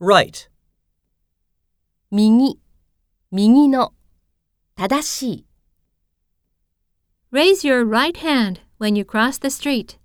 Right. 右、右の、正しい。 Raise your right hand when you cross the street.